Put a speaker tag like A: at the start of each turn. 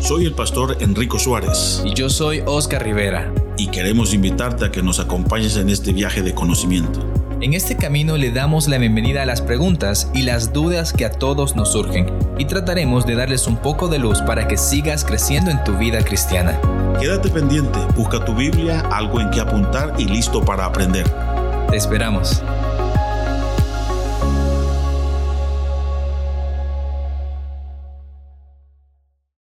A: Soy el pastor Enrico Suárez
B: Y yo soy Oscar Rivera.
A: y queremos invitarte a que nos acompañes en este viaje de conocimiento.
B: En este camino le damos la bienvenida a las preguntas y las dudas que a todos nos surgen y trataremos de darles un poco de luz para que sigas creciendo en tu vida cristiana.
A: Quédate pendiente, busca tu Biblia, algo en que apuntar y listo para aprender.
B: Te esperamos.